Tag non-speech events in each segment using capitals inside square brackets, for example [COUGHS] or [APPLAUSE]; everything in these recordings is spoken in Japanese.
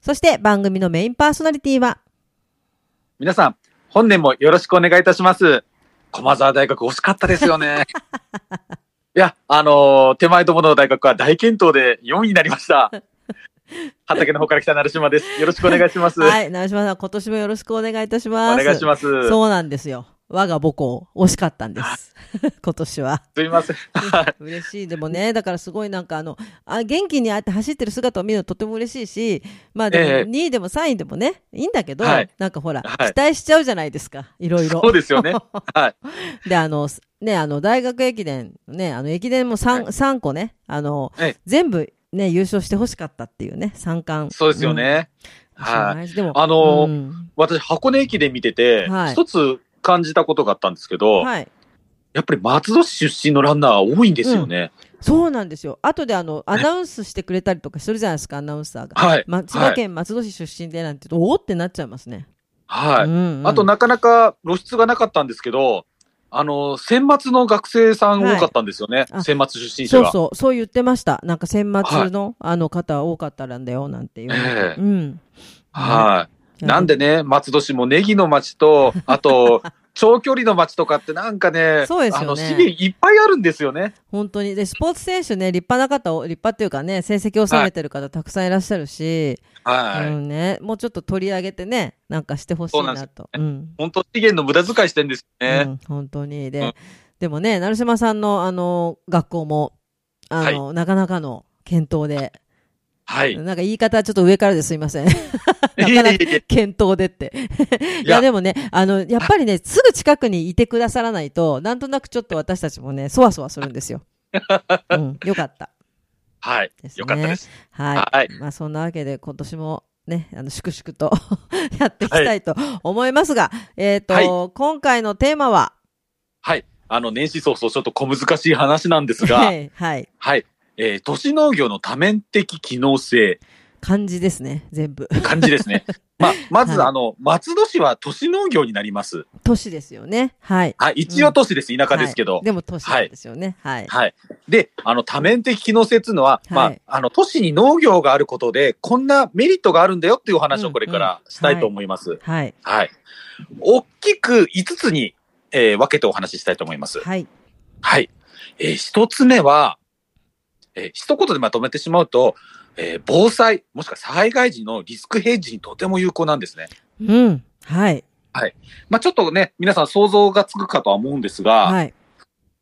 そして番組のメインパーソナリティは皆さん、本年もよろしくお願いいたします。駒沢大学惜しかったです [LAUGHS] よね。いや、あのー手前どもの大学は大健闘で4位になりました。畑の方から来た成島です。よろしくお願いします。はい、長島さん、今年もよろしくお願いいたします。お願いします。そうなんですよ。我が母校、惜しかったんです。 [LAUGHS] 今年は。すいません。はい嬉しい。でも [LAUGHS] ね、だからすごいなんかあの、あ元気にああやって走ってる姿を見るのとても嬉しいし、まあでもええ2位でも3位でもね、いいんだけど、はいなんかほら、はい期待しちゃうじゃないですか。いろいろ。 [LAUGHS] そうですよね。はい。で、あの、ね、あの、大学駅伝、ね、あの、駅伝もは 3, 三個ね、あの、ええ全部ね、優勝してほしかったっていうね、三冠。そうですよね。うん。はい。い。でも、あのーうん私、箱根駅で見てて、はい一つ感じたことがあったんですけど、はい。やっぱり松戸市出身のランナー多いんですよね。そうなんですよ。後であの、アナウンスしてくれたりとかしてるじゃないですか、アナウンサーが。はい。ま、千葉県松戸市出身でなんて言うと、おおってなっちゃいますね。はい。うんうんあと、なかなか露出がなかったんですけど、あの、選抜の学生さんはい多かったんですよね。あ選抜出身者そうが。そう、そう言ってました。なんか、選抜の、あの方多かったらんだよ、なんていうのが。えうえん。はい。なんでね、松戸市もネギの町 [LAUGHS] と、あと、長距離の町とかってなんかね、そうですよねあの、資源いっぱいあるんですよね。本当に。で、スポーツ選手ね、立派な方を、立派っていうかね、成績を収めてる方たくさんいらっしゃるし、はい。うんね、もうちょっと取り上げてね、なんかしてほしいなと。うん。本当資源の無駄遣いしてんですようね。ん、本当に。で、うんでもね、成島さんの、あの、学校も、あの、なかなかの検討で、はい。なんか言い方はちょっと上からですいません。 [LAUGHS] なかいなやかいやいや検討でって。いいや、やでもね、あの、やっぱりね、すぐ近くにいてくださらないと、なんとなくちょっと私たちもね、そわそわするんです [LAUGHS] よ。うん、よかった。 [LAUGHS] はいです。ねよかったです。ははい。い。まあ、そんなわけで、今年もね、あの、粛々と [LAUGHS] やっていきたいと思いますが、えっ、と、は今回のテーマは、はい。あの、年始早々ちょっと小難しい話なんですはが、い、 [LAUGHS] はい、はい。えー都市農業の多面的機能性。漢字ですね、全部。 [LAUGHS] 感じです [LAUGHS] ね。まあ、まず、はいあの、松戸市は都市農業になります。都市ですよね。はい。あ、一応都市です。田舎ですけど。はいでも都市なんですよね。はい。はい。で、あの、多面的機能性っていうのは、はまいあ、あの、都市に農業があることで、こんなメリットがあるんだよっていうお話をこれからしたいと思います。はい。はい。大きく5つに、えー分けてお話ししたいと思います。はい。はい。えー一つ目は、えー一言でまとめてしまうと、えー防災、もしくは災害時のリスクヘッジにとても有効なんですね。うん。はい。まあ、ちょっとね、皆さん想像がつくかとは思うんですが、はい。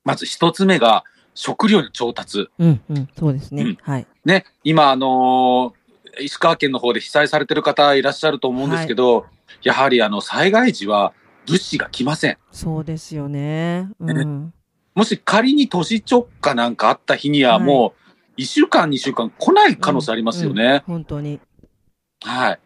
まず一つ目が食料の調達。うん。うん。そうですうねん。はい。ね、今、あのー石川県の方で被災されてる方いらっしゃると思うんですけど、やはりあの、災害時は物資が来ません。そうですよね。うん。もし仮に都市直下なんかあった日にははいもう、1週間、2週間来ない可能性ありますよね。うん本当に。はい。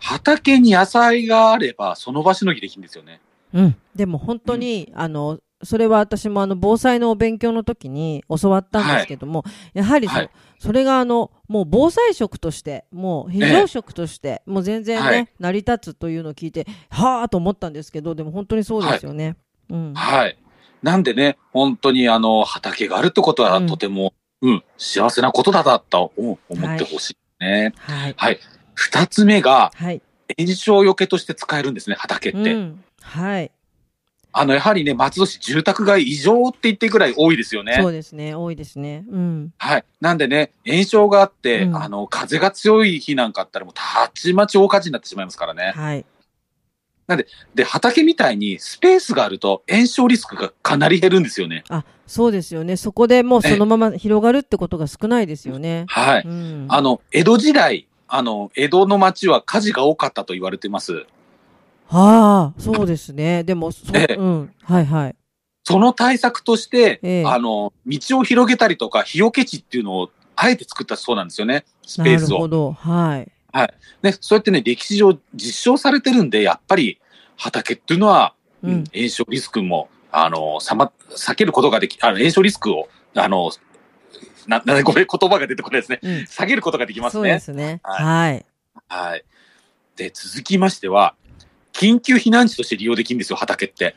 畑に野菜があれば、その場しのぎできるんですよね。うん。でも本当に、あの、それは私もあの、防災のお勉強の時に教わったんですけども、やはりそ,、はいそれがあの、もう防災食として、もう非常食として、もう全然ね、はい成り立つというのを聞いて、はぁと思ったんですけど、でも本当にそうですよね。うん。はい。なんでね、本当にあの、畑があるってことはうんとても、うん、幸せなことだだと思思ってほしいね。はい。はい。二、つ目が、はい。炎症除けとして使えるんですね、畑って。うん。はい。あの、やはりね、松戸市住宅街異常って言っていいくらい多いですよそね。うですね。多いですね。うん。はい。なんでね、炎症があって、うんあの、風が強い日なんかあったらもうたちまち大火事になってしまいますからね。はい。で、畑みたいにスペースがあると炎症リスクがかなり減るんですよね。あ、そうですよね。そこでもうそのまま広がるってことが少ないですよね。はい。うん。あの、江戸時代、あの、江戸の町は火事が多かったと言われてます。ああ、そうですね。でも、そう、ええうん。はいはい。その対策として、ええあの、道を広げたりとか、日よけ地っていうのを、あえて作ったそうなんですよね。スペースなるほを。ど。はい。ね、そうやってね、歴史上実証されてるんで、やっぱり畑っていうのは、ううんん、炎症リスクも、あの、さま、避けることができ、あの、炎症リスクを、あの、な、な、ごめん、言葉が出てこないですね。うん下げることができますそうでね。すね。はいはい。はい。で、続きましては、緊急避難地として利用できるんですよ、畑って。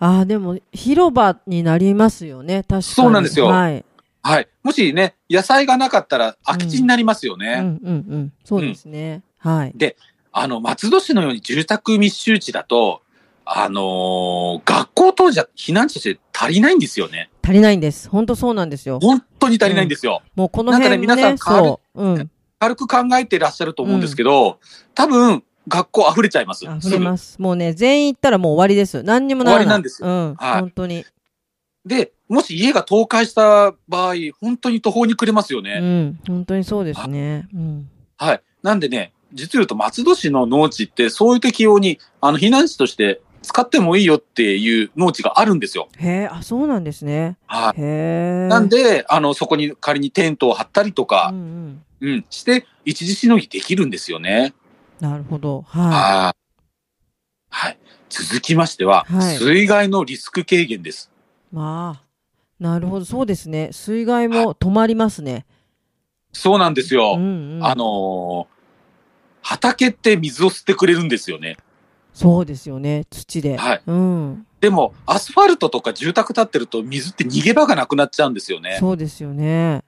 ああ、でも、広場になりますよね。確かに。そうなんですよはい。はい。もしね、野菜がなかったら空き地になりますよね。うんうんうん。そうですね。はい。あの、松戸市のように住宅密集地だと、あのー学校等じゃ避難地として足りないんですよね。足りないんです。本当そうなんですよ。本当に足りないんですよ。もうこの辺なね、んかね皆さんそう。うん。軽く考えてらっしゃると思うんですけど、多分、学校溢れちゃいます。あす溢ぐれます。もうね、全員行ったらもう終わりです。何にもならない。終わりなんですよ。うん。はい本当に。で、もし家が倒壊した場合、本当に途方に暮れますよね。うん。本当にそうですね。うん。はい。なんでね、実を言うと松戸市の農地って、そういう適用に、あの、避難地として使ってもいいよっていう農地があるんですよ。へえ、あ、そうなんですね。はい。へえ。なん、で、あの、そこに仮にテントを張ったりとうかん、うん。うん、して、一時しのぎできるんですよね。なるほど。ははい。はい。続きましては、はい水害のリスク軽減です。い。まあ。なるほど。そうですね。水害も止まりますね。そうなんですよ。うんうん。あのー畑って水を吸ってくれるんですよね。そうですよね。土で。はいうん。でも、アスファルトとか住宅建ってると水って逃げ場がなくなっちゃうんですよね。そうですよね。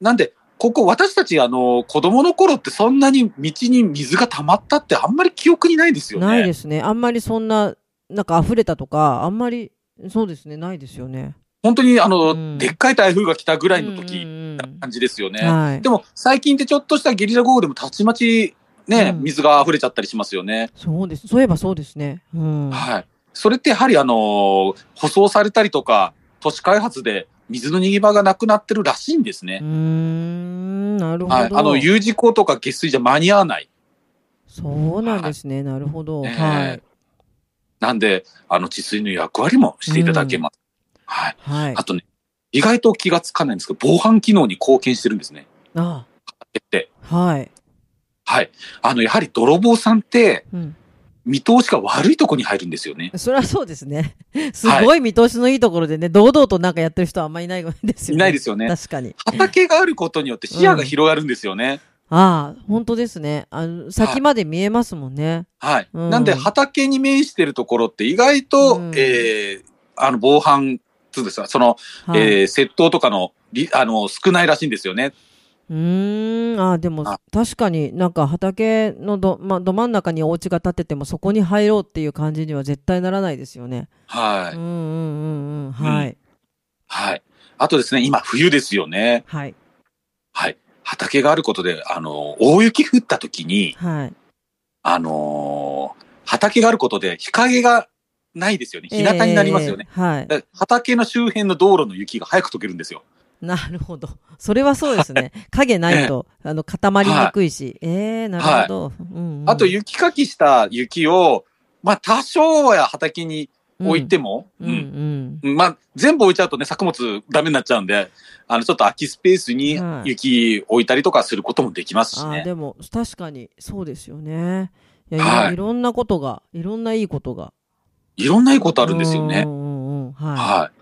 なんで、ここ私たち、あの、子供の頃ってそんなに道に水が溜まったってあんまり記憶にないですよね。ないですね。あんまりそんな、なんか溢れたとか、あんまり、そうですね。ないですよね。本当に、あの、うんでっかい台風が来たぐらいのう時んうんなうん感じですよね。はいで。も、最近ってちょっとしたゲリラ豪雨でもたちまち、ね、うん水が溢れちゃったりしますよね。そうです。そういえばそうですね。うん。はい。それってやはり、あの、舗装されたりとか、都市開発で水の逃げ場がなくなってるらしいんですうーね。ん、なるほど。はい。あの、U 字工とか下水じゃ間に合わない。そうなんですね。なるほど。ねえはい。なんで、あの、治水の役割もしていただけます。はい。はい。あとね、意外と気がつかないんですけど、防犯機能に貢献してるんですね。あで、はい。はい。あの、やはり泥棒さんって、うん。見通しが悪いとこに入るんですよね。それはそうですね。すごい見通しのいいところでね、堂々となんかやってる人はあんまりいないですよね。いないですよね。確かに。畑があることによって視野が広がるんですよね。ああ、本当ですね。あの、先まで見えますもんね。はい。うんなんで、畑に面してるところって意外と、うんえー、あの、防犯、そうですかその、はい。えー、窃盗とかの、りあの、少ないらしいんですよね。うーん、ああ、でもあ確かになんか畑のど、ま、ど真ん中にお家が建ててもそこに入ろうっていう感じには絶対ならないですよね。はうんい。うんうんうん。はい。はい。あとですね、今、冬ですよね。はい。はい。畑があることで、あの、大雪降った時に、はい。あのー畑があることで日陰がないですよね。日向になりますよね。ええ。はい。だから畑の周辺の道路の雪が早く溶けるんですよ。なるほど。それはそうです [LAUGHS] ね。影ないと、あの、固まりにくいし。ええなるほど。うんうんあと、雪かきした雪を、まあ、多少は畑に置いても、う、うんんうん、まあ、全部置いちゃうとね、作物ダメになっちゃうんで、あの、ちょっと空きスペースにはい雪置いたりとかすることもできますしああ、ね。でも、確かに、そうですよね。いや、はいい、ろんなことが、いろんないいことが。いろんないことあるんですようね。んうんうん。はい。はい。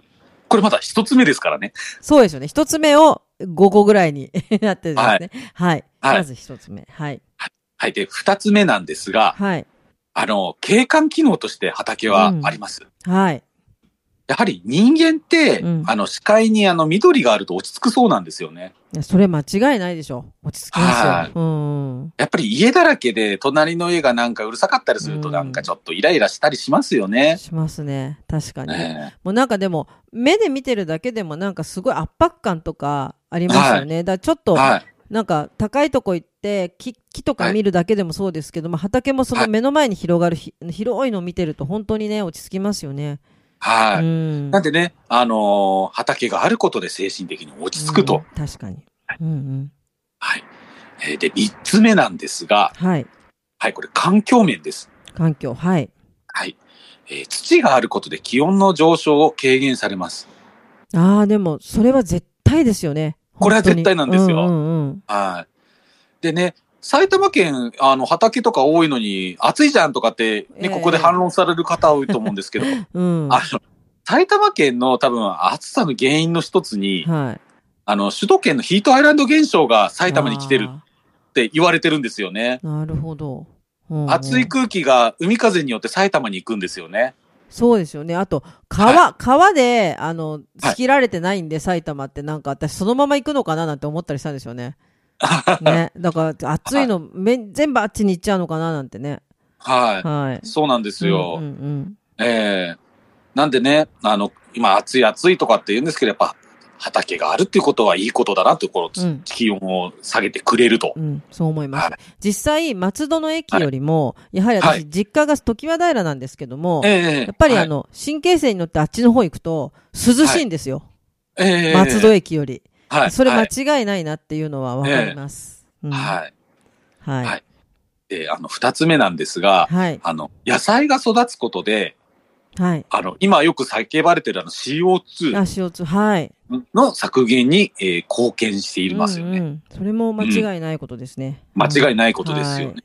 これまだ一つ目ですからね。そうですよね。一つ目を5個ぐらいに [LAUGHS] なってるんですね。はい。はいまず一つ目。はい。はい。で、二つ目なんですが、はい。あの、景観機能として畑はあります。はい。やはり人間って、うんあの、視界にあの、緑があると落ち着くそうなんですよね。それ間違いないでしょ。落ち着きまはすいよ。うん。やっぱり家だらけで、隣の家がなんかうるさかったりするうと、んなんかちょっとイライラしたりしますよね。しますね。確かに。ねもうなんかでも、目で見てるだけでもなんかすごい圧迫感とかありますよね。だからちょっと、はい。なんか高いとこ行って木、木とか見るだけでもそうですけど、まあ畑もそのはい目の前に広がるひ、広いのを見てると本当にね、落ち着きますよね。はい。うん。なんでね、あのー畑があることで精神的に落ち着くと。うん確かに。うんうん。はい。えーで、三つ目なんですが、はい。はい、これ環境面です。環境。はい。はい。えー土があることで気温の上昇を軽減されます。ああ、でも、それは絶対ですよね。これは本当に絶対なんですようんうんうんはい。でね、埼玉県、あの、畑とか多いのに、暑いじゃんとかって、ええね、ここで反論される方多いと思うんですけ [LAUGHS] ど、うん。あの、埼玉県の多分暑さの原因の一つに、はい。あの、首都圏のヒートアイランド現象が埼玉に来てるあって言われてるんですよね。ー。なるほど。うんうん暑い空気が海風によって埼玉に行くんですよね。そうですよね。あと、川、川で、あの、仕切られてないんで、埼玉ってなんか、私そのまま行くのかななんて思ったりしたんですよ [LAUGHS] ね。ね。だから、暑いの、め全部あっちに行っちゃうのかななんてね。ははいい。。そうなんですよ。うんうんええなんでね、あの、今暑い暑いとかって言うんですけど、やっぱ畑があるっていうことはいいことだなと、こうのん気温を下げてくれると。うん、うんそう思います。は実際、松戸の駅よりも、やはりは私、い実家が常盤平なんですけども、ええやっぱりあはいの、新京成に乗ってあっちの方行くと、涼しいんですよ。ええ松戸駅より。はい。それはい。間違いないなっていうのはわかります。うんはい。はい。はいで、あの、二つ目なんですが、はい。あの、野菜が育つことで、はい。あの、今よく叫ばれてるあのあ、 CO2 CO2。はい。の削減に、えー貢献していますよね。うんうんそれも間違いないことですね。間違いい。ないことですよね。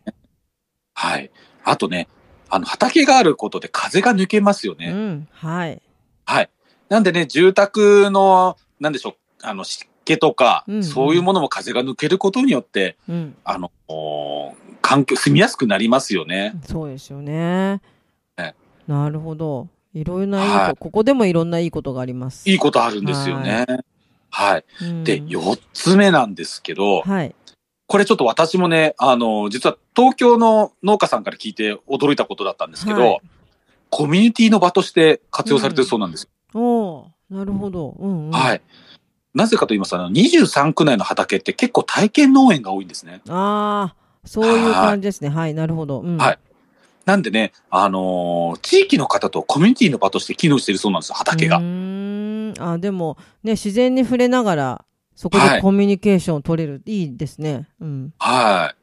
はい、あとね、あの、畑があることで風が抜けますよね。うん。はい。はい。なんでね、住宅の、なんでしょう、あの、湿気とか、うんうんそういうものも風が抜けることによって、うん。あの、おー環境、住みやすくなりますよね。そうですよねえ。なるほど。いろいろないいこと、はいここでもいろんないいことがあります。いいことあるんですよね。はい。うんで、四つ目なんですけど、はい。これちょっと私もね、あの、実は東京の農家さんから聞いて驚いたことだったんですけど、はいコミュニティの場として活用されてるそうなんですよ。おーなるほど。うん、うん。。はいい。なぜかと言いますと、あの、23区内の畑って結構体験農園が多いんですね。ああ、そういう感じですね。はい。なるほど。うん。はいなんでね、あのー地域の方とコミュニティの場として機能しているそうなんですよ、畑が。うーんあでもね自然に触れながらそこはでいコミュニケーションを取れる、い、いですねうんはい。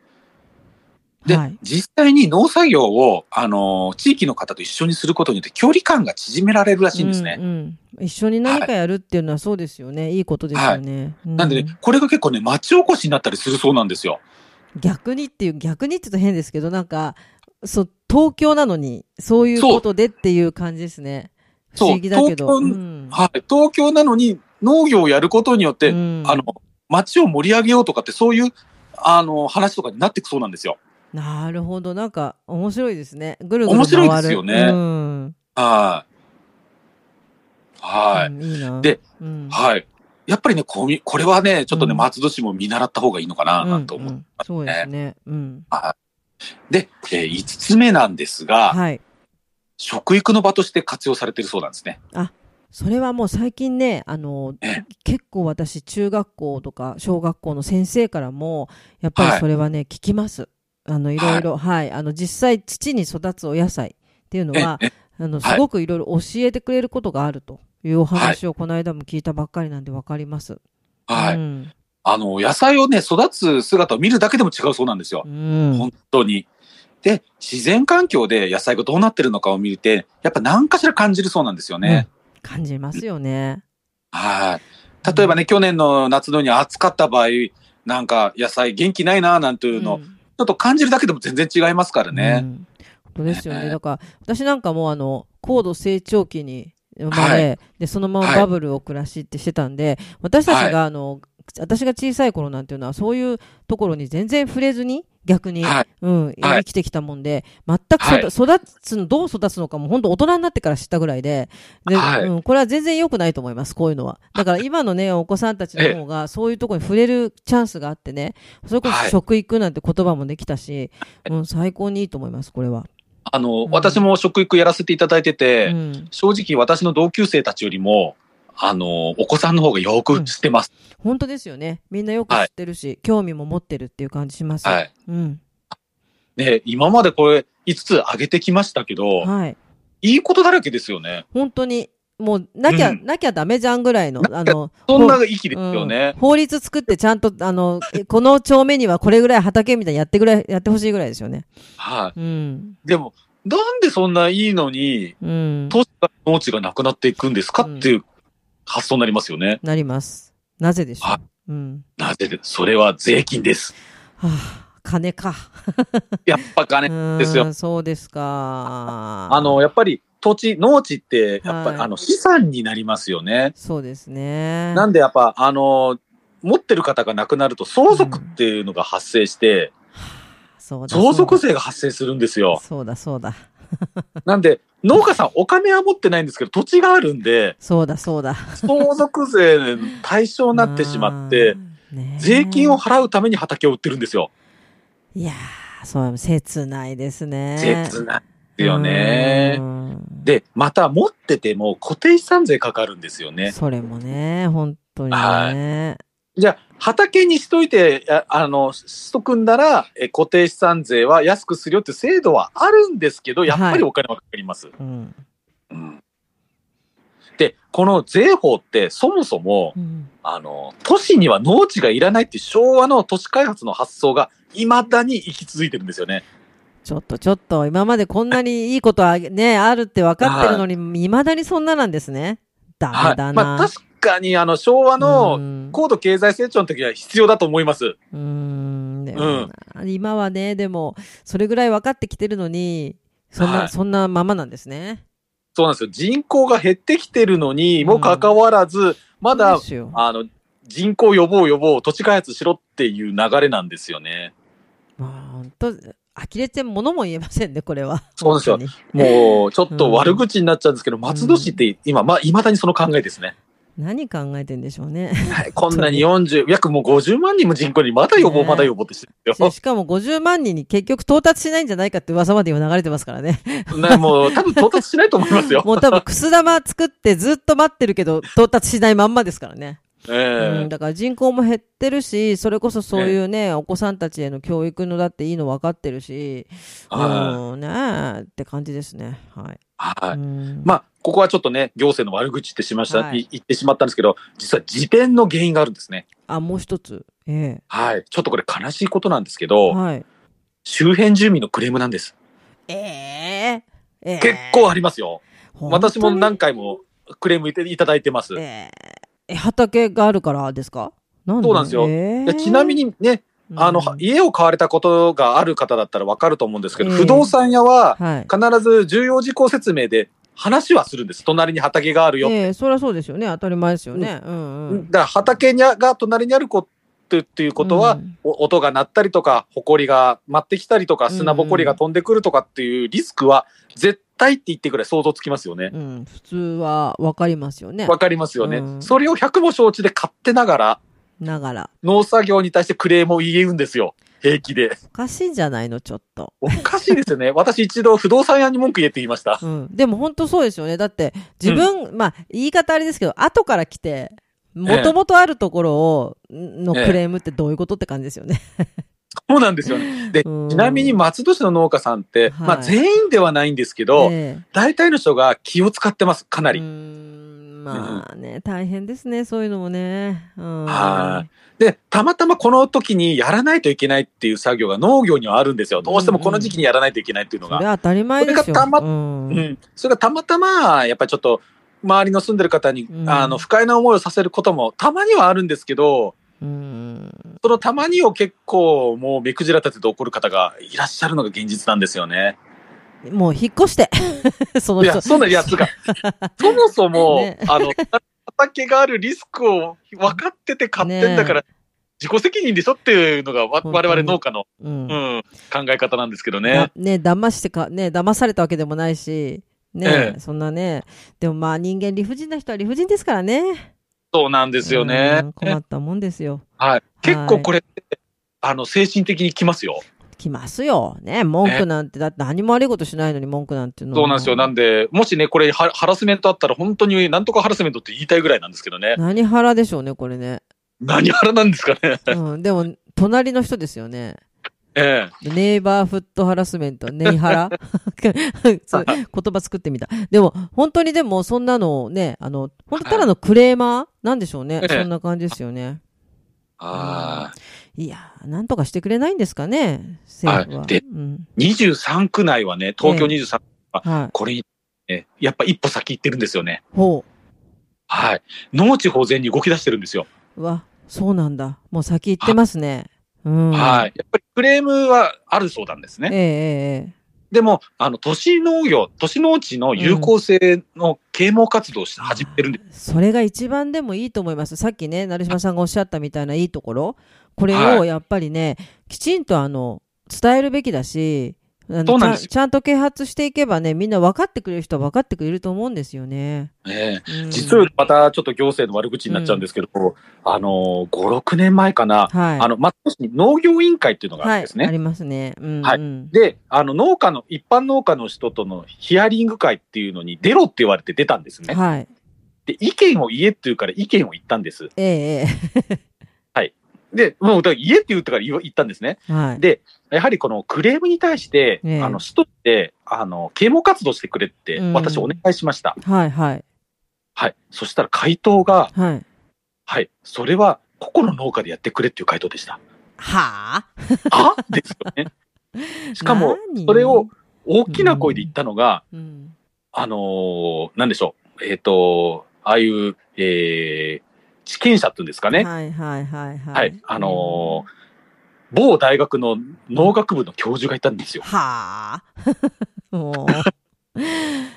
で、はい実際に農作業を、あのー地域の方と一緒にすることによって距離感が縮められるらしいんですね。うんうん、一緒に何かやるっていうのはそうですよね、い、いことですよね、うなんでね、これが結構ね、町おこしになったりするそうなんですよ。逆にっていう逆にって言うと変ですけどなんかそう東京なのにそういうそうことでっていう感じですね不そう思議だけど東京んはい。東京なのに農業をやることによって、うんあの、町を盛り上げようとかって、そういう、あの、話とかになっていくそうなんですよ。なるほどなんか面白いですねぐるぐる回面る白いですよねうんはい。はい。うんいいなで、うんはい。やっぱりね、こみこれはね、ちょっとね、うん松戸市も見習った方がいいのかな、なんて思う。うんうんそうですねうんで、えー、5つ目なんですが、はい食育の場として活用されてるそうなんですね。それはもう最近ね、あのえ、結構私、中学校とか小学校の先生からも、やっぱはりいそれはね、聞きます。あの、いろいろ、はい、あの、実際土に育つお野菜っていうのえは、えあの、はいすごくいろいろ教えてくれることがあるというお話をこの間も聞いたばっかりなんでわかります。はい、うん。あの、野菜をね、育つ姿を見るだけでも違うそうなんですよう。ん本当に。で、自然環境で野菜がどうなってるのかを見て、やっぱ何かしら感じるそうなんですよね。感じますよね。はい。例えばね、去年の夏のように暑かった場合、なんか野菜元気ないな、なんていうの、うんちょっと感じるだけでも全然違いますからうね。ん本当ですよえね。えだから、私なんかもうあの、高度成長期に生まれ、で、そのままはいバブルを暮らしってしてたんで、私たちがあの、私が小さい頃なんていうのは、そういうところに全然触れずに、逆に、はいうん、は生いきてきたもんで、全くそだ、育つの、どう育つのかも、本当大人になってから知ったぐらいで、ではいうん、これは全然良くないと思います、こういうのは。だから今のね、お子さんたちの方が、そういうところに触れるチャンスがあってね、それこはそい食育なんて言葉もできたし、うん、最高にいいと思います、これは。あの、うん私も食育やらせていただいてて、うん、正直私の同級生たちよりも、あの、お子さんの方がよく知ってます。本当ですよね。みんなよく知ってるし、興味も持ってるっていう感じします。はい。うん。ね、今までこれ5つ上げてきましたけど、はい。いいことだらけですよね。本当に、もう、なきゃ、うんなきゃダメじゃんぐらいの、あの、そんな息ですよねうん。法律作ってちゃんと、あの、この丁目にはこれぐらい畑みたいにやってぐらい、やってほしいぐらいですよね。はうん。い。でも、なんでそんないいのに、うん。都市から農地がなくなっていくんですかうんっていう発想になりますよね。なります。なぜでしょはう。うん。 [LAUGHS] なぜで、それは税金です。はあ、金か。やっぱ金ですようんそうですか。あ、の、やっぱり土地、農地って、やっぱり、はいあの、資産になりますよね。そうですね。なんでやっぱ、あの、持ってる方が亡くなると相続っていうのが発生して、そうだ相続そう税が発生するんですだよ。そうだ、そうだ。なんで、農家さんお金は持ってないんですけど、土地があるんで、そうだ、そうだ。相続税の対象になってしまって、あー、ねえ税金を払うために畑を売ってるんですよ。いやー、そう、切ないですね。切ないですよねう。んで、また持ってても固定資産税かかるんですよね。それもね、本当にね。じゃあ、畑にしといて、ああの、しとくんだら、え固定資産税は安くするよっていう制度はあるんですけど、やっぱりお金はかかります。うん。うんで、この税法ってそもそも、うんあの、都市には農地がいらないっていう昭和の都市開発の発想が未だに生き続いてるんですよね。ちょっとちょっと、今までこんなにいいことはね、あるって分かってるのに、いまだにそんななんですね。ダはメい。だまあな。確かにあの昭和のの高度経済成長の時は必要だと思います。うーん、でもな今はね、でも、それぐらい分かってきてるのに、そんな、はいそんなままなんですね。そうなんですよ。人口が減ってきてるのにもかかわらず、まだどうしようあの、人口予防予防、土地開発しろっていう流れなんですよね。まあ、本当呆れて物も言えませんね、これは。そうですよ本当にもう、ちょっと悪口になっちゃうんですけど、松戸市って今、まあ、未だにその考えですね。何考えてんでしょうね。はいこんなに40、約もう50万人も人口にまだ予防、ねまだ予防ってしてるししかも50万人に結局到達しないんじゃないかって噂まで今流れてますからね。よ。なもう、多分到達しないと思い [LAUGHS] ますよ。もう多分くす玉作ってずっと待ってるけど、到達しないまんまですからね。ええうん、だから人口も減ってるし、それこそそういうね、お子さんたちへの教育のだっていいの分かってるし、はいうん、ねえって感じですね。はい。はうい。んまあ、ここはちょっとね、行政の悪口ってしました、はいい言ってしまったんですけど、実は自転の原因があるんですね。あ、もう一つ。えはい。ちょっとこれ悲しいことなんですけえ。ど、はい。周辺住民のクレームなんです。ええええ結構ありますよ。私も何ん回もクレームいていただいてます。ええ畑があるからですかなんそうなんですよええでちなみ、にね、あの、うん家を買われたことがある方だったらわかると思うんですけど、ええ不動産屋ははい。必ず重要事項説明で話はするんです。隣に畑があるよ。ええ、そりゃそうですよね。当たり前ですよね。うんうん。だから畑にゃが隣にあることっていうことは、うんお音が鳴ったりとか、埃が舞ってきたりとか、砂ぼこりが飛んでくるとかっていうリスクは、絶対って言ってくらい想像つきますよね。うん、普通は分かりますよね。わかりますよね。うんそれを100も承知で買ってながら、ながら。農作業に対してクレームを言うんですよ。平気で。おかしいんじゃないの、ちょっと。おかしいですよ [LAUGHS] ね。私一度不動産屋に文句言えって言いました。うん、でも本当そうですよね。だって、自分、まあ、言い方あれですけど、後から来て、もともとあるところを、のクレームってどういうことって感じですよね。そうなんですよね。で、うんちなみに松戸市の農家さんって、はいまあ全員ではないんですけど、ええ大体の人が気を使ってます、かなり。うーんまあね、大変ですね、そういうのもね。うん、はで、たまたまこの時にやらないといけないっていう作業が農業にはあるんですよ。どうしてもこの時期にやらないといけないっていうのそが。れは当たり前ですよ。それがたまうんうん、それがたまたま、やっぱりちょっと、周りの住んでる方に、うんあの、不快な思いをさせることもたまにはあるんですけど、うんそのたまにを結構もう目くじら立てて怒る方がいらっしゃるのが現実なんですよね。もう引っ越して、 [LAUGHS] そのい人。や、そんな、いや、つ [LAUGHS] うか、そもそも、ねあの、畑があるリスクを分かってて買ってんだから、自己責任でしょっていうのがわ、本当に我々農家の、うんうん、考え方なんですけどねだ。ね、騙してか、ね、騙されたわけでもないし、ねえ、えそんなね、でもまあ人間理不尽な人は理不尽ですからね。そうなんですよねうん。困ったもんですよ。はい。結構これって、あの、精神的にきますよ。来ますよ。ね、文句なんて、だって何も悪いことしないのに文句なんていうのはそうなんですよ。なんで、もしね、これハラハラスメントあったら、本当になんとかハラスメントって言いたいぐらいなんですけどね。何腹でしょうね、これね。何ハラなんですかね。うん、でも、隣の人ですよね。ええ。ネイバーフットハラスメント、ネイハ [LAUGHS] ラそう言葉作ってみた。でも、本当にでも、そんなのをね、あの、本当ただのクレーマーなんでしょうねえ。えそんな感じですよね。ああ。いやー、なんとかしてくれないんですかね、政府は。はいでうん、 23区内はね、東京え23区、はこれに、ね、やっぱ一歩先行ってるんですよね。い。ほはい。農地保全に動き出してるんですよ。う。うわ、そうなんだ。もう先行ってますね。うん、はい。やっぱりクレームはあるそうなんですええね。えでも、あの、都市農業、都市農地の有効性の啓蒙活動をして始めてるんでえそれが一番でもいいと思います。さっきね、成島さんがおっしゃったみたいないいところ、これをはやっぱりね、きちんとあの、伝えるべきだし、あのそうなんですちゃちゃよんと啓発していけばね、みんな分かってくれる人は分かってくれると思うんですよね。すね。うん実はまたちょっと行政の悪口になっちゃうんですけど、あの、5、6年前かな、はい。あの、松戸市に農業委員会っていうのがあるんですね。はい、ありますね。うん、はいうん。で、あの、農家の、一般農家の人とのヒアリング会っていうのに出ろって言われて出たんですね。はい。で、意見を言えって言うから意見を言ったんです。えええで、もう、だから言えって言ったから言わ言ったんですね。え。はい。でやはりこのクレームに対して、ええあの、市として、あの、啓蒙活動してくれってうん、私お願いしました。はい、はい。はい。そしたら回答が、はい。ははい、それは、個々の農家でやってくれっていう回答でした。あはですよね。しかも、何それを大きな声で言ったのが、うん。あのーなんでしょう。えっ、と、ああいう、えー、地権者っていうんですかね。はい、はい、はい、はい、はい。あのー某大学の農学部の教授がいたんですよ。はあ。 [LAUGHS] も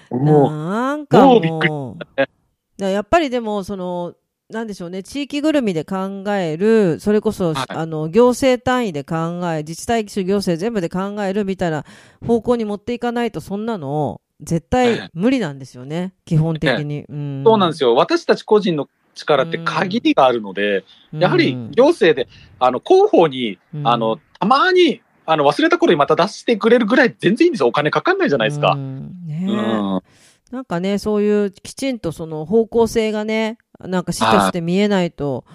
う、もなんかももううびっくりだからやっぱりでも、その、なんでしょうね、地域ぐるみで考える、それこそ、はいあの、行政単位で考え、自治体、行政全部で考えるみたいな方向に持っていかないと、そんなの、絶え対え無理なんですよね、基本的に。う、そうなんですよ。よ。私たち個人の力って限りがあるので、やはりうん行政で、あの、広報に、あの、、たまに、あの、忘れた頃にまた出してくれるぐらい全然いいんですよ。お金かかんないじゃないですうか。んねえうん。なんかね、そういうきちんとその方向性がね、なんか死として見えないと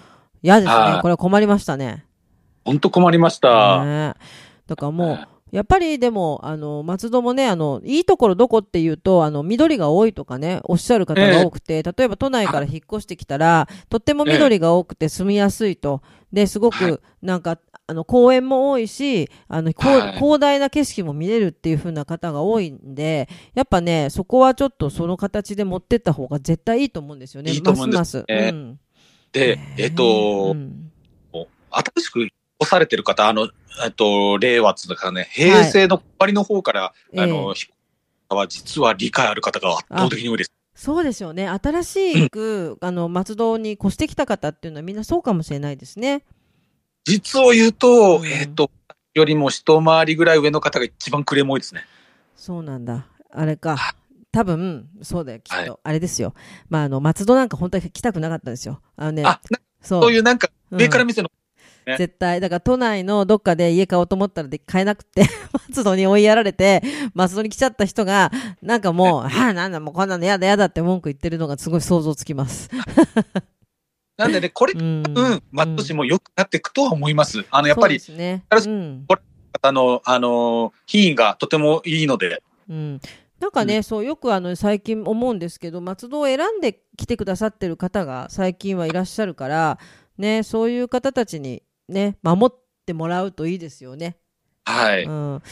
嫌ですはね。いこれは困りましたね。本当困りました。ねだからもう、やっぱりでも、あの、松戸もね、あの、いいところどこっていうと、あの、緑が多いとかね、おっしゃる方が多くて、例えば都内から引っ越してきたら、とっても緑が多くて住みやすいと。で、すごはく、なんか、あの、公園も多いし、あの、こうはい広大な景色も見れるっていう風な方が多いんで、やっぱね、そこはちょっとその形で持ってった方が絶対いいと思うんですよね。いいと思うんですますます。ねうんで、えっ、と、うん新しく引っ越されてる方、あの、えっと、令和っつうのかね、平成の終わりの方から、あええの、引っ越し方は実は理解ある方が圧倒的に多いです。そうですよね。新し [COUGHS] く、あの、松戸に越してきた方っていうのはみんなそうかもしれないですね。実を言うと、うんえっと、よりも一回りぐらい上の方が一番クレーム多いですね。そうなんだ。あれはか。多分、そうだよ、きっと。はいあれですよ。まあ、あの、松戸なんか本当は来たくなかったんですよ。あのね、あ、なんかそう。そういうなんか、うん上から見せの、ね絶対。だから都内のどっかで家買おうと思ったらで買えなくて、 [LAUGHS] 松戸に追いやられて、松戸に来ちゃった人が、なんかもう、はあ、なんだ、もうこんなのやだやだって文句言ってるのがすごい想像つきます。なんでね、これ、うん多分、松戸市も良くなっていくとは思います。あの、やっぱり、そうですね。新しうん方の、あの、品位がとてもいいので、うん、なんかね、そうよくあの最近思うんですけど松戸を選んで来てくださってる方が最近はいらっしゃるから、ね、そういう方たちに、ね、守ってもらうといいですよね。はい。うん、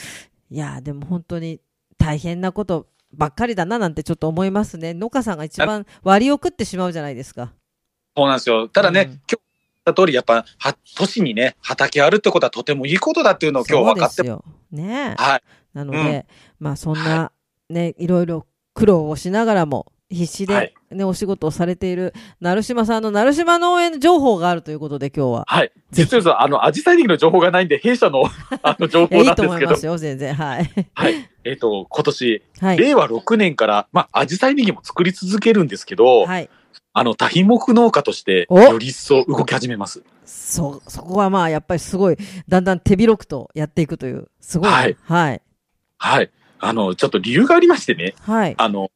いやーでも本当に大変なことばっかりだななんてちょっと思いますね農家さんが一番割を食ってしまうじゃないですか。そうなんですよ。ただね、うん今日言った通り、やっぱ、は、都市にね、畑あるってことはとてもいいことだっていうのを今日分かってそうですよねえはい。なので、まあそんな、ね、いろいろ苦労をしながらも、必死はでい、ね、お仕事をされている、成島さんの成島農園情報があるということで今日は。はい。ぜひ実はそうあの、アジサイリングの情報がないんで、弊 [LAUGHS] 社の、あの、情いや報いないんとで思すいけまどす、よ、全然。はい。 [LAUGHS] はい。えっ、と、今年、はい。令和6年から、まあ、アジサイネギも作り続けるんですけど、はい。あの、多品目農家として、おより一層動き始めます。そ、そこはまあ、やっぱりすごい、だんだん手広くとやっていくという、すごいね。はいはい。はい。あの、ちょっと理由がありましてね、はい。あの、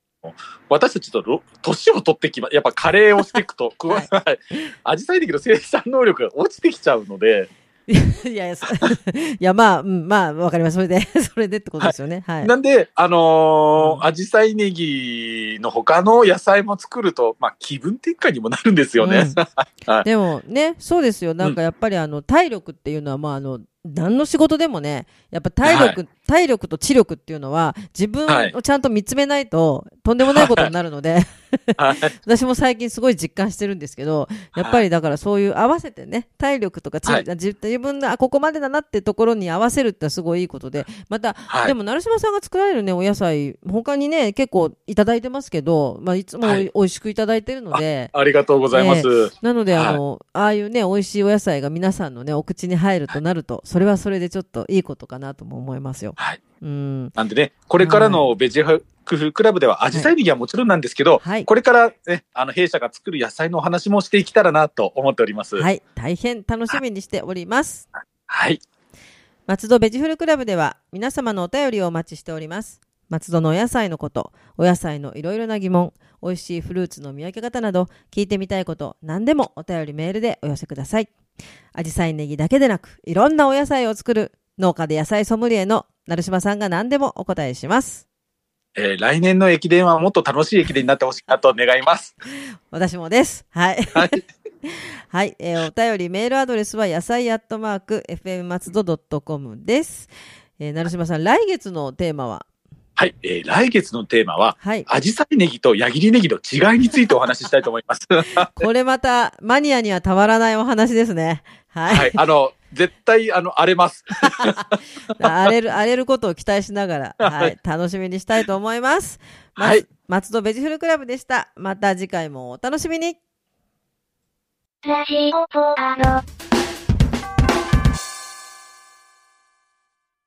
私たちちょっとろ、年を取ってきま、やっぱカレーをしていくと、 [LAUGHS] ははいい、アジサイネギの生産能力が落ちてきちゃうので、 [LAUGHS] いやいや、そ [LAUGHS] いや、まあ、うん、まあ、わかります。それで、それでってことですよね。はい。なんで、あのうんー、アジサイネギの他の野菜も作ると、まあ、気分転換にもなるんですよね。はいでもね、そうですよ。なんかやっぱりあの、体力っていうのは、まああの、何の仕事でもね、やっぱ体力、体力と知力っていうのは、自分をちゃんと見つめないと、とんでもないことになるの [LAUGHS] で、 [LAUGHS] はい。私も最近すごい実感してるんですけど、やっぱりだからそういう合わせてね、体力とかつ、はい自自分のあここまでだなってところに合わせるってすごいいいことで、また、はいでも成島さんが作られるね、お野菜、他にね、結構いただいてますけど、まあ、いつもおいはい美味しくいただいてるので、ありがとうございます。なので、はいあの、ああいうね、美味しいお野菜が皆さんのね、お口に入るとなると、それはそれでちょっといいことかなとも思いますよ。はい。うん。なんでね、これからのベジフルクラブでは、アジサイ類はもちろんなんですけど、はいこれから、ね、あの、弊社が作る野菜のお話もしていけたらなと思っております。。はいい。大変楽しみにしております。はい。松戸ベジフルクラブでは皆様のお便りをお待ちしております。松戸のお野菜のこと、お野菜のいろいろな疑問、美味しいフルーツの見分け方など、聞いてみたいこと、何でもお便りメールでお寄せください。アジサイネギだけでなく、いろんなお野菜を作る農家で野菜ソムリエの成島さんが何でもお答えします。えー来年の駅伝はもっと楽しい駅伝になってほしいなと願います。私もです。 [LAUGHS] はい。 [LAUGHS] はい。はい、え [LAUGHS] ーお便りメールアドレスは野菜アットマーク FM 松戸ドットコムです。えー、成島さん、来月のテーマははい。えー来月のテーマは、はい。アジサイネギと矢切ネギの違いについてお話ししたいと思い [LAUGHS] ます。はこれまた、マニアにはたまらないお話ですね。はい。い。あの、絶対、あの、荒れます。 [LAUGHS] 荒れる、荒れることを期待しな [LAUGHS] がら、は。はい楽しみにしたいと思います。 [LAUGHS] まはい。松戸ベジフルクラブでした。また次回もお楽しみに。ラジオポアド。